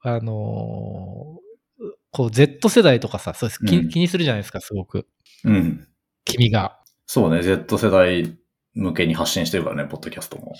あのーこう Z 世代とかさ、そうです気うん気にするじゃないですか、すごく。うん。君が。そうね、Z 世代向けに発信してるからね、ポッドキャストも。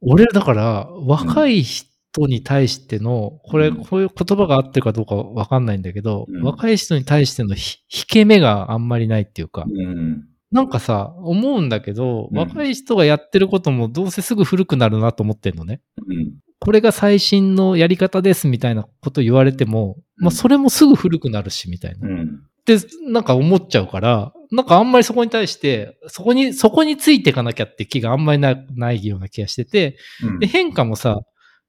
俺、だから、若い人に対しての、これ、うんこういう言葉が合ってるかどうかわかんないんだけど、うん若い人に対してのひ引け目があんまりないっていうか、うん。なんかさ、思うんだけど、うん若い人がやってることもどうせすぐ古くなるなと思ってんのね。うん。これが最新のやり方ですみたいなこと言われても、うんまあそれもすぐ古くなるしみたいな。うっん。てなんか思っちゃうから、なんかあんまりそこに対して、そこに、そこについていかなきゃって気があんまりなないような気がしてて、うんで、変化もさ、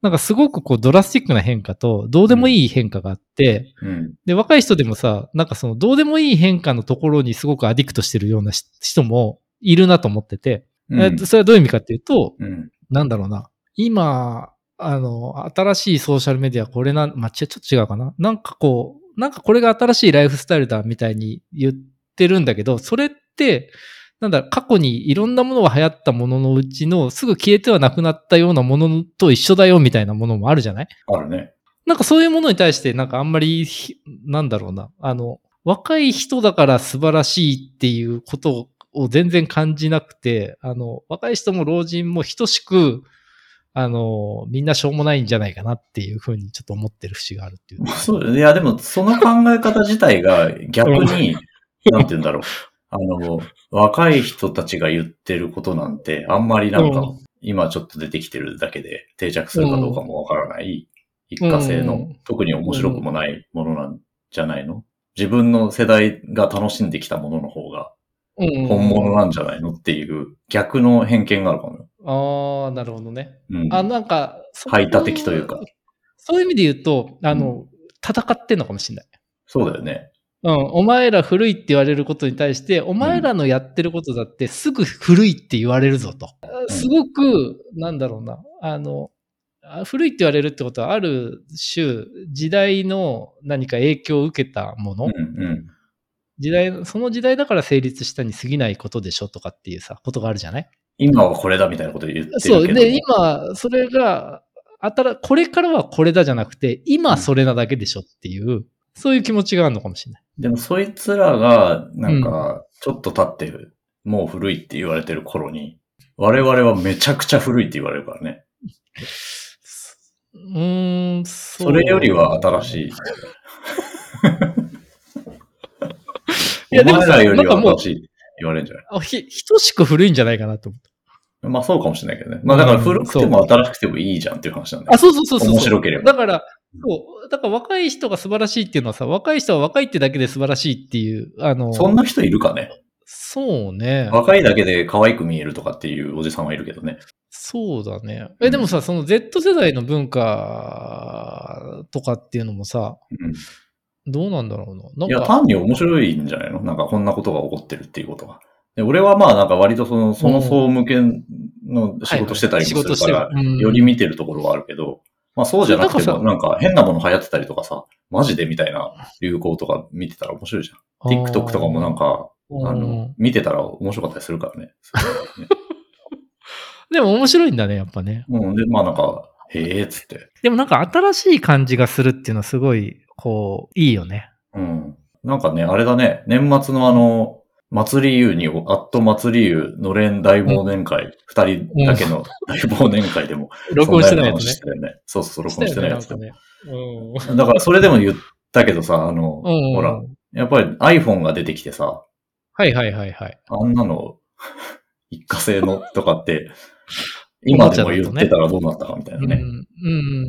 なんかすごくこうドラスティックな変化と、どうでもいい変化があって、うん。で、若い人でもさ、なんかそのどうでもいい変化のところにすごくアディクトしてるようなし人もいるなと思ってて、うんえそれはどういう意味かっていうと、うん。なんだろうな。今、あの、新しいソーシャルメディア、これなん、まあ、ちょちょっと違うかな。なんかこう、なんかこれが新しいライフスタイルだみたいに言ってるんだけど、それって、なんだろう、過去にいろんなものが流行ったもののうちの、すぐ消えてはなくなったようなものと一緒だよみたいなものもあるじゃないあるね。なんかそういうものに対して、なんかあんまりひ、なんだろうな、あの、若い人だから素晴らしいっていうことを全然感じなくて、あの、若い人も老人も等しく、あの、みんなしょうもないんじゃないかなっていうふうにちょっと思ってる節があるっていう。そうだね。いや、でも、その考え方自体が逆 に、なんて言うんだろう。あの、若い人たちが言ってることなんて、あんまりなんうか、今ちょっと出てきてるだけで定着するかどうかもわからない、一過性うのん、特に面白くもないものなんじゃないの自分の世代が楽しんできたものの方が本物なんじゃないのっていう逆の偏見があるかもよ。ああ、なるほどね。うん。あ、なんか、そう排他的というか。そういう意味で言うと、あの、戦ってんのかもしれない。そうだよね。うん、お前ら古いって言われることに対して、お前らのやってることだってすぐ古いって言われるぞと。すごく、なんだろうな、あの、あ古いって言われるってことは、ある種、時代の何か影響を受けたもの、うんうん。時代、その時代だから成立したに過ぎないことでしょとかっていうさ、ことがあるじゃない今はこれだみたいなこと言ってるけど。そう。で、今、それが、あたら、これからはこれだじゃなくて、今それなだけでしょっていう、そういう気持ちがあるのかもしれない。でもそいつらが、なんか、ちょっと経ってる、もう古いって言われてる頃に、我々はめちゃくちゃ古いって言われるからね。うーん、そそれよりは新い。しい。いやおでも前さらよりなはんかもう新しいって言われるんじゃないあひ、等しく古いんじゃないかなと思った。まあそうかもしれないけどね。まあだから古くても新しくてもいいじゃんっていう話なんだあ、よ。そうそうそうそう。面白ければだから、そう。だから若い人が素晴らしいっていうのはさ、若い人は若いってだけで素晴らしいっていう、あの、そんな人いるかねそうね。若いだけで可愛く見えるとかっていうおじさんはいるけどね。そうだね。うえ、んでもさ、その Z 世代の文化とかっていうのもさ、うんどうなんだろうな。いなや、んか、単に面白いんじゃないのなんかこんなことが起こってるっていうことが。で俺はまあなんか割とその、その層向けの仕事してたりもするから、はいはい仕事してるうんより見てるところはあるけど、まあそうじゃなくてそれもなんか変なもの流行ってたりとかさ、マジでみたいな流行とか見てたら面白いじゃん。TikTok とかもなんか、あー、あうんの、見てたら面白かったりするからね。でも面白いんだね、やっぱね。 うん、で、まあなんか、へえっつって。でもなんか新しい感じがするっていうのはすごい、こう、いいよね。うん。なんかね、あれだね、年末のあの、祭り湯に、あっと祭り湯のれん大忘年会、二、人だけの大忘年会でも、 録音してないやつね。そんなような話したよね。そうそう、録音してないやつ。したよねなんかねだからそれでも言ったけどさ、あの、うん。うんほら、やっぱり iPhone が出てきてさ、はいはいはいはい。あんなの、一過性のとかって、今でも言ってたらどうなったかみたいなうね。ん。うんうんうんうんう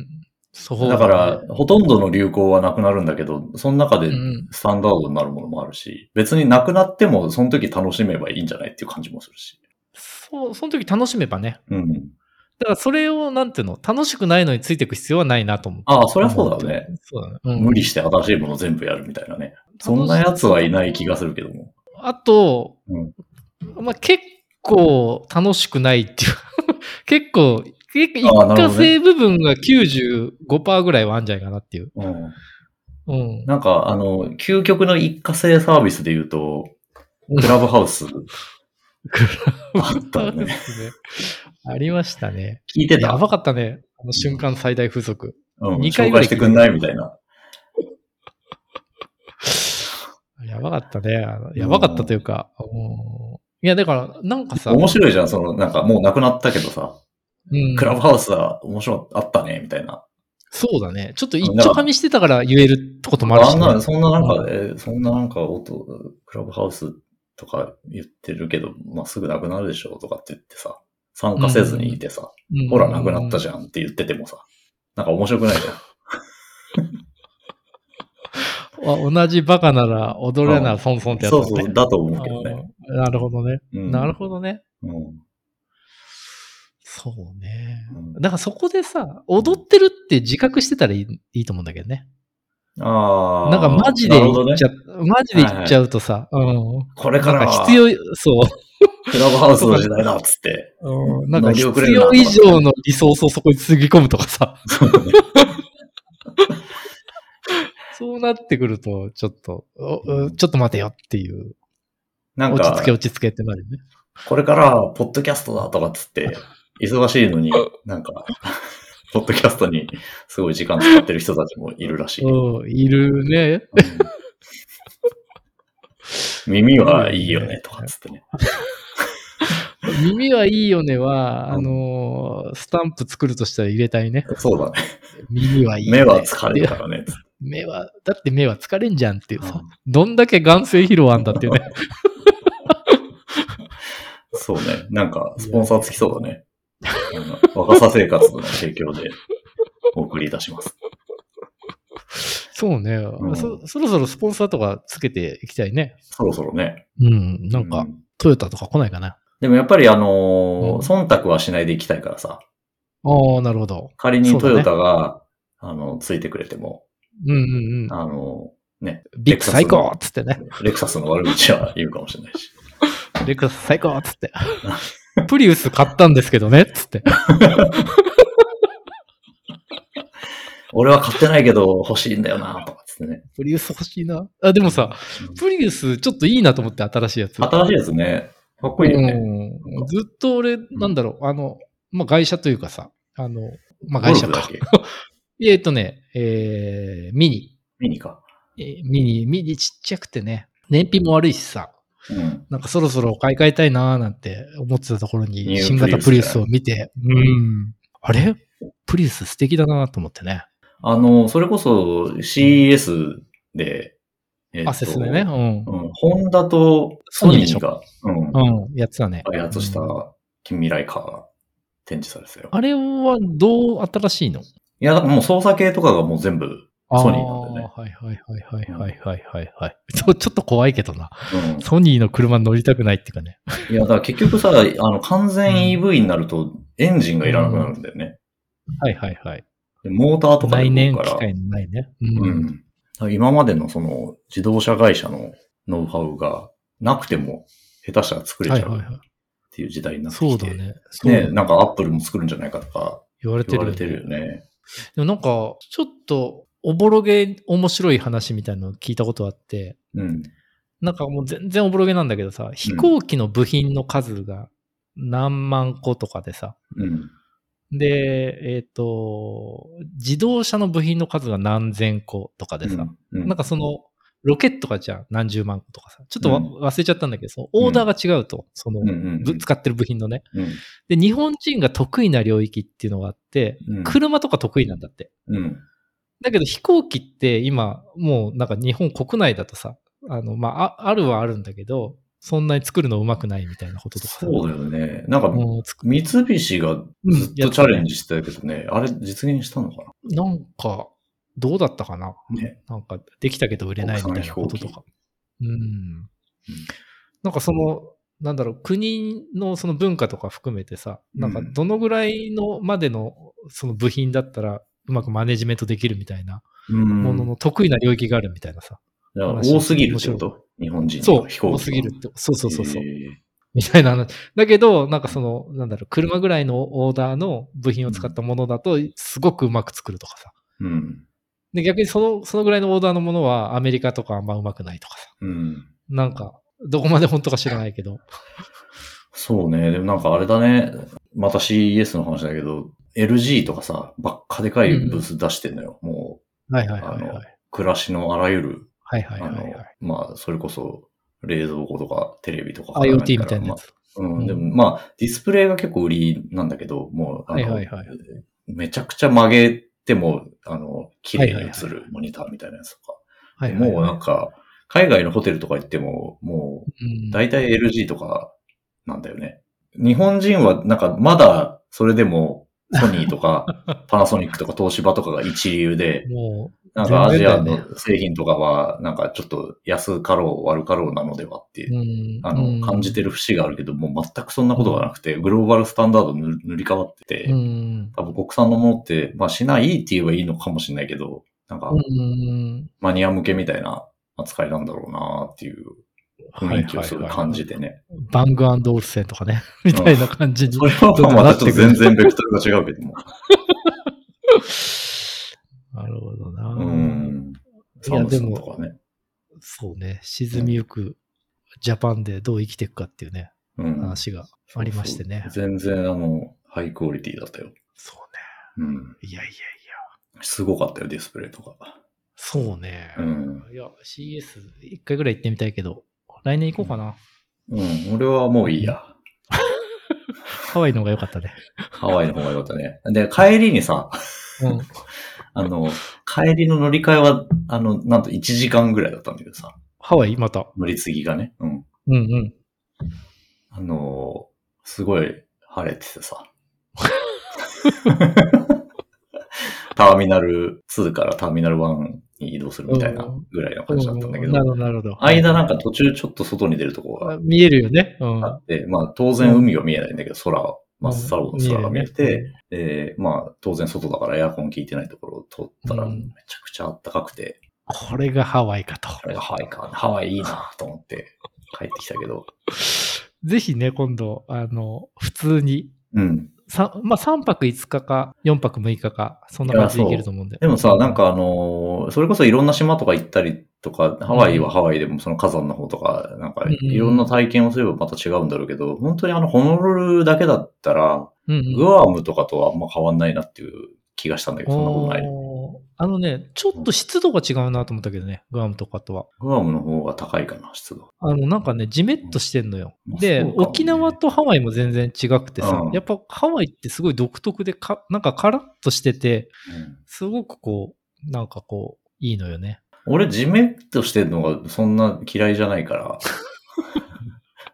ん。そう。だから、、ほとんどの流行はなくなるんだけど、その中うでん。スタンダードになるものもあるし、別になくなってもその時楽しめばいいんじゃないっていう感じもするし。そう、その時楽しめばね。うん。だからそれを、なんていうの、楽しくないのについていく必要はないなと思う。ああ、そりゃそうだね。。そうだね。うん無理して新しいもの全部やるみたいなね。そんなやつはいない気がするけども。あと、うんまあ、結構楽しくないっていう。 結構、結構あーな一る過ほどね性部分が95%ぐらいはあるんじゃないかなっていう。うん。うん。なんか、あの、究極の一過性サービスで言うと、クラブハウス、あったよね ありましたね。聞いてやたばかったね。あの瞬間最大風速。うん、二回紹ぐらい介してくんないみたいな。やばかったね。あのやばかったというか。うんいや、だから、なんかさ、面白いじゃん、その、なんかもうなくなったけどさ、うんクラブハウスは面白あったね、みたいな。そうだね。ちょっと一丁かみしてたから言えることもあるあしんね、な、そんななんか、えーそんななんか音、クラブハウスとか言ってるけど、まあ、すぐなくなるでしょ、とかって言ってさ、参加せずにいてさ、うんほら、なくなったじゃんって言っててもさ、なんか面白くないじゃん。あ同じバカなら踊れならソンソンってやつそだうね。そう、だと思うけどね。あーなるほどね。うんなるほどね。うん。そうね。うんだからそこでさ、踊ってるって自覚してたらいいいいと思うんだけどね。ああ。なんかマジでなるほど言ねっちゃ、マジで言っちゃうとさ、うん。これかなんらかは必要、そう。クラブハウスの時代だっつ って。うんなんか乗り必遅れるな要以上のリソースをそこにつぎ込むとかさ、そうなってくると、ちょっと、おうちょっと待てよっていう、なん落ちか着け、落ち着けってなるよね。これからはポッドキャストだとかっつって、忙しいのに、なんか、ポッドキャストにすごい時間使ってる人たちもいるらしい。うん、いるね。 耳はいいよねとかっつってね。耳はいいよねは、あうんのースタンプ作るとしたら入れたいね。そうだね。耳はいいよね、目は疲れるからね。目は、だって目は疲れんじゃんっていうさ、どんだけ眼性疲労あんだっていうね。そうね。なんか、スポンサーつきそうだね。うん若さ生活の提供でお送り出します。 そうね、んそ。そろそろスポンサーとかつけていきたいね。そろそろね。うん。なんか、うトヨタとか来ないかな。でもやっぱりあのうんー忖度はしないでいきたいからさ、ああ、なるほど。仮にそうだトねヨタが、あの、ついてくれても、うんうんうん。あのーね、ビッグ最高っつって ね。レクサスの悪口は言うかもしれないし。レクサス最高っつって。 プリウス買ったんですけどねっつ って。俺は買ってないけど欲しいんだよなとかっつってね。プリウス欲しいな。あ、でもさ、プリウスちょっといいなと思って、新しいやつ。新しいですね。かっこいいよね。うんずっと俺、なんだろう、あの、まあ、外車というかさ、あの、まあ、外車ゴルかフ。だっけ。えっとね、えー、ミニ。ミニか。えーミニ、ミニちっちゃくてね、燃費も悪いしさ、うん。なんかそろそろ買い替えたいなーなんて思ってたところニュに、ー新型ププリリウウススを見て、うん、あれプリウス素敵だなと思ってね。あの、それこそ CES で、えっとアセスでね、ううん、ホンダとソニーが、うん、ん、うん、やってたね。開発したうん近未来カーが展示されてたよ。あれはどう新しいのいや、だからもう操作系とかがもう全部、うソニーなんだよねあーはいはいはいはいはいはいはいはい。ちょ、ちょっと怖いけどな。ん、ソニーの車乗りたくないっていうかね。いや、だから結局さ、あの、完全 EV になるとエンジンがいらなくなるんだよね。はいはいはい。でモーターとかで来動年く機から。会のないね。うん。だから今までのその自動車会社のノウハウがなくても下手したら作れはいちゃはいうはいっ。ていう時代になってそうきだて。ね。そうだねなんかアップルも作るんじゃないかとか言われて言るわよれねてるよね。でもなんか、ちょっと、おぼろげ、面白い話みたいなのを聞いたことあって、うん。なんかもう全然おぼろげなんだけどさ、飛行機の部品の数が何万個とかでさ、うん。で、えっ、と、自動車の部品の数が何千個とかでさ、うん、なんかその、ロケットがじゃあ何十万個とかさ、ちょっとわ、うん忘れちゃったんだけど、そのオーダーが違うと、その、うんうんぶ使ってる部品のね。うんで、日本人が得意な領域っていうのがあって、うん車とか得意なんだって。うん。だけど飛行機って今、もうなんか日本国内だとさ、あの、まあ、ああるはあるんだけど、そんなに作るのうまくないみたいなこととかさ。そうだよね。なんか、もうつく三菱がずっとチャレンジしてたけどね、あれ実現したのかなんか、どうだったかななね。なんか、できたけど売れないみたいなことと国産飛か。うん。なんかその、なんだろう、国のその文化とか含めてさ、なんかうんどのぐらいのまでのその部品だったら、うまくマネジメントできるみたいなうん。ものの得意な領域があるみたいなさ。だから多すぎるってこと日本人そうの、飛行機が。多すぎるって。そうそうそうそうへ。ーみたいな話。だけど、なんかその、なんだろう、車ぐらいのオーダーの部品を使ったものだと、すごくうまく作るとかさ。うん。で、逆にその、そのぐらいのオーダーのものは、アメリカとかあんまうまくないとかさ。うん。なんか、どこまで本当か知らないけど。そうね。でもなんかあれだね。また CES の話だけど、 LG とかさ、ばっかでかいブース出してんのよ。もはいはいはいはい。う、暮らしのあらゆる、はいはいあはの、い、はい。まあ、それこそ、冷蔵庫とか、テレビとかから何から。 IoT みたいなまやあつ。うん、でもまあ、ディスプレイが結構売りなんだけど、もう、あはのいはいはいめちゃくちゃ曲げても、あの、綺麗にはい映はいるモニターみたいなやつとか。はいはいはいもうなんか、海外のホテルとか行っても、もう、うん大体 LG とかなんだよね。日本人はなんか、まだ、それでも、ソニーと か、パナソニックとか東芝とかが一流で、もなんかアジア全然だよの製品とかは、なんかちょっと安かろう悪かろうなのではっていう、うん、うあの、感じてる節があるけど、もう全くそんなことがなくて、グローバルスタンダードに塗り替わってて、うん。多分国産のものって、まあしないって言えばいいのかもしれないけど、なんかうん。マニア向けみたいな扱いなんだろうなっていう雰囲気をすごい感じてね。バングオルセンとかね、みたいな感じにそ。れはまたちょっと全然ベクトルが違うけ ども。なるほどな。うん。いサやムでスンとも、かね。そうね、沈みゆくジャパンでどう生きていくかっていうね、うん。話がありましてね。そうそう全然あの、ハイクオリティだったよ。そううん。ね。いやいやいや。すごかったよ、ディスプレイとか。そうね。うん。いや、CS、一回ぐらい行ってみたいけど、来年行こうかな。うん。俺はもういいや。ハワイの方が良かったね。ハワイの方がよかったね。で、帰りにさ、うん。あの、帰りの乗り換えは、あの、なんと1時間ぐらいだったんだけどさ、ハワイ、また。乗り継ぎがね。うん。うんうん。あの、すごい晴れててさ。ターミナル2からターミナル1に移動するみたいなぐらいの感じだったんだけなど、るほど、なるほど。間なんか途中ちょっと外に出るとこがあ見えるよね。うん。あって、まあ当然海は見えないんだけど、空は、まあうんサロの空が見えて、見えるで、まあ当然外だからエアコン効いてないところを通ったらうめんちゃくちゃ暖かくて、これがハワイかと。あれがハワイか、ハワイいいなと思って帰ってきたけど、ぜひね、今度、あの、普通に、うん。さまあ、3泊5日か、4泊6日か、そんな感じでいけると思うんで。でもさ、なん、かあのーそれこそいろんな島とか行ったりとか、ハワイはハワイでもその火山の方とか、なんかうんうんいろんな体験をすればまた違うんだろうけど、本当にあのホノルルだけだったら、うんうん、グアムとかとはあんま変わんないなっていう気がしたんだけど、そんなことない。おーあのね、ちょっと湿度が違うなと思ったけどね、グアムとかとは。グアムの方が高いかな、湿度。あの、なんかね、じめっとしてんのよ。まあで、そうかもね沖縄とハワイも全然違くてさ、うんやっぱハワイってすごい独特でか、なんかカラッとしてて、すごくこう、なんかこう、いいのよね。俺、ジメッとしてるのがそんな嫌いじゃないから。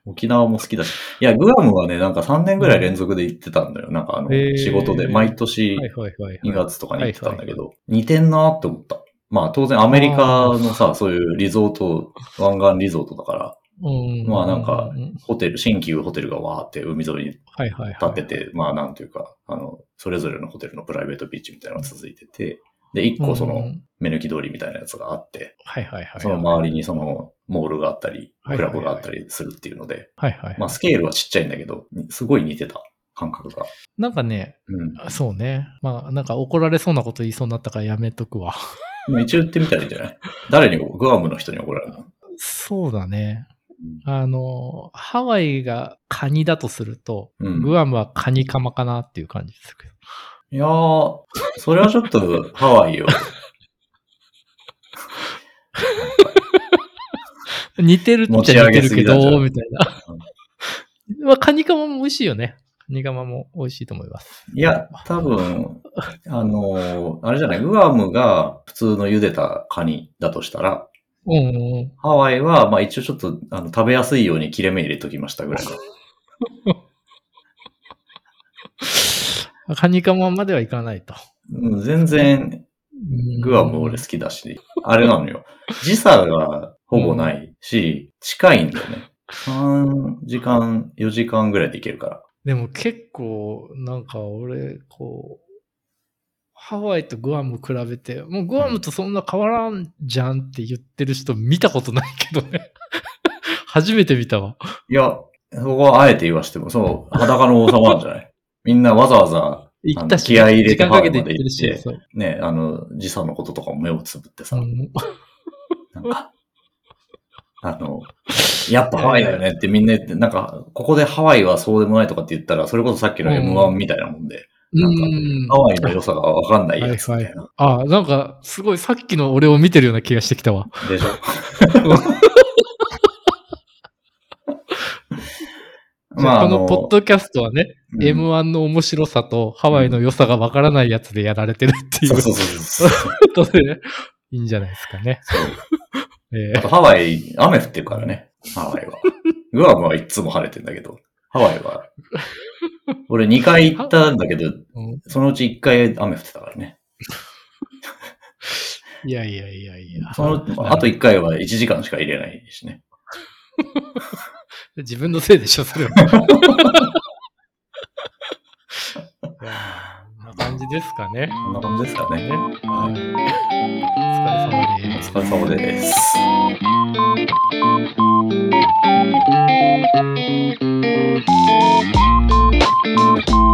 沖縄も好きだし。いや、グアムはね、なんか3年ぐらい連続で行ってたんだよ。なんかあの、へー仕事で、毎年はいはいはい、 2はい。月とかに行ってたんだけど、似てんなーって思った。まあ当然アメリカのさ、そういうリゾート、湾岸リゾートだから、うんまあなんかうホテル、新旧ホテルがわーって海沿いに立はいはいはい。ってて、まあなんていうか、あの、それぞれのホテルのプライベートビーチみたいなのが続いてて、で、一個そうんうの、ん目抜き通りみたいなやつがあって、はいはいはい。その周りにそのモールがあったり、はいクはいはラいブがあったりするっていうので、はいはい。まあスケールはちっちゃいんだけど、すごい似てた感覚が。なんかね、うん。そうね。まあなんか怒られそうなこと言いそうになったからやめとく わ。でも一応言ってみたらいいんじゃない誰に、グアムの人に怒られるのそうだね。あの、ハワイがカニだとすると、うん。グアムはカニカマかなっていう感じですけど。いやー、それはちょっとハワイよ。似てるっちゃ持似ち上てげるすけぎだど、んみたいな。まあ、カニカマも美味しいよね。カニカマも美味しいと思います。 いや、多分、あのーあれじゃない、グアムが普通の茹でたカニだとしたら、うんうんうん。ハワイは、まあ一応ちょっとあの食べやすいように切れ目入れときましたぐらいの。カニカマまではいかないと。うん全然グアム俺好きだし、あれなのよ。時差がほぼないし、近いんだよね。3時間、4時間ぐらいで行けるから。でも結構、なんか俺、こう、ハワイとグアム比べて、もうグアムとそんな変わらんじゃんって言ってる人見たことないけど ね。初めて見たわ。いや、そこはあえて言わしても、そう、裸の王様なんじゃないみんなわざわざ、行ったし、気合い入れて時間かけて行ってるハワイまで行しっ。てそうね、あの、時差のこととかも目をつぶってさ、うんなんか、あの、やっぱハワイだよねってみんな言って、なんか、ここでハワイはそうでもないとかって言ったら、それこそさっきの M1 みたいなもんで、なんかうんハワイの良さがわかんないやつみはたいはいな。い。ああ、なんか、すごい、さっきの俺を見てるような気がしてきたわ。でしょまあ、あこのの、ポッドキャストはね、うん M1 の面白さとハワイの良さがわからないやつでやられてるっていうそうこそうそうそう。とで、 いいんじゃないですかね。えあとハワイ、雨降ってるからね。ハワイは。 グアムはいつも晴れてんだけど、ハワイは。俺2回行ったんだけど、ーうんそのうち1回雨降ってたからね。いやいやいやいや。その、あと1回は1時間しか入れないしね。自分のせいでしょ、 それは。いやーこんな感じですかね。こんな感じですかね。ねはいお疲れ様ですお。疲れ様です。 「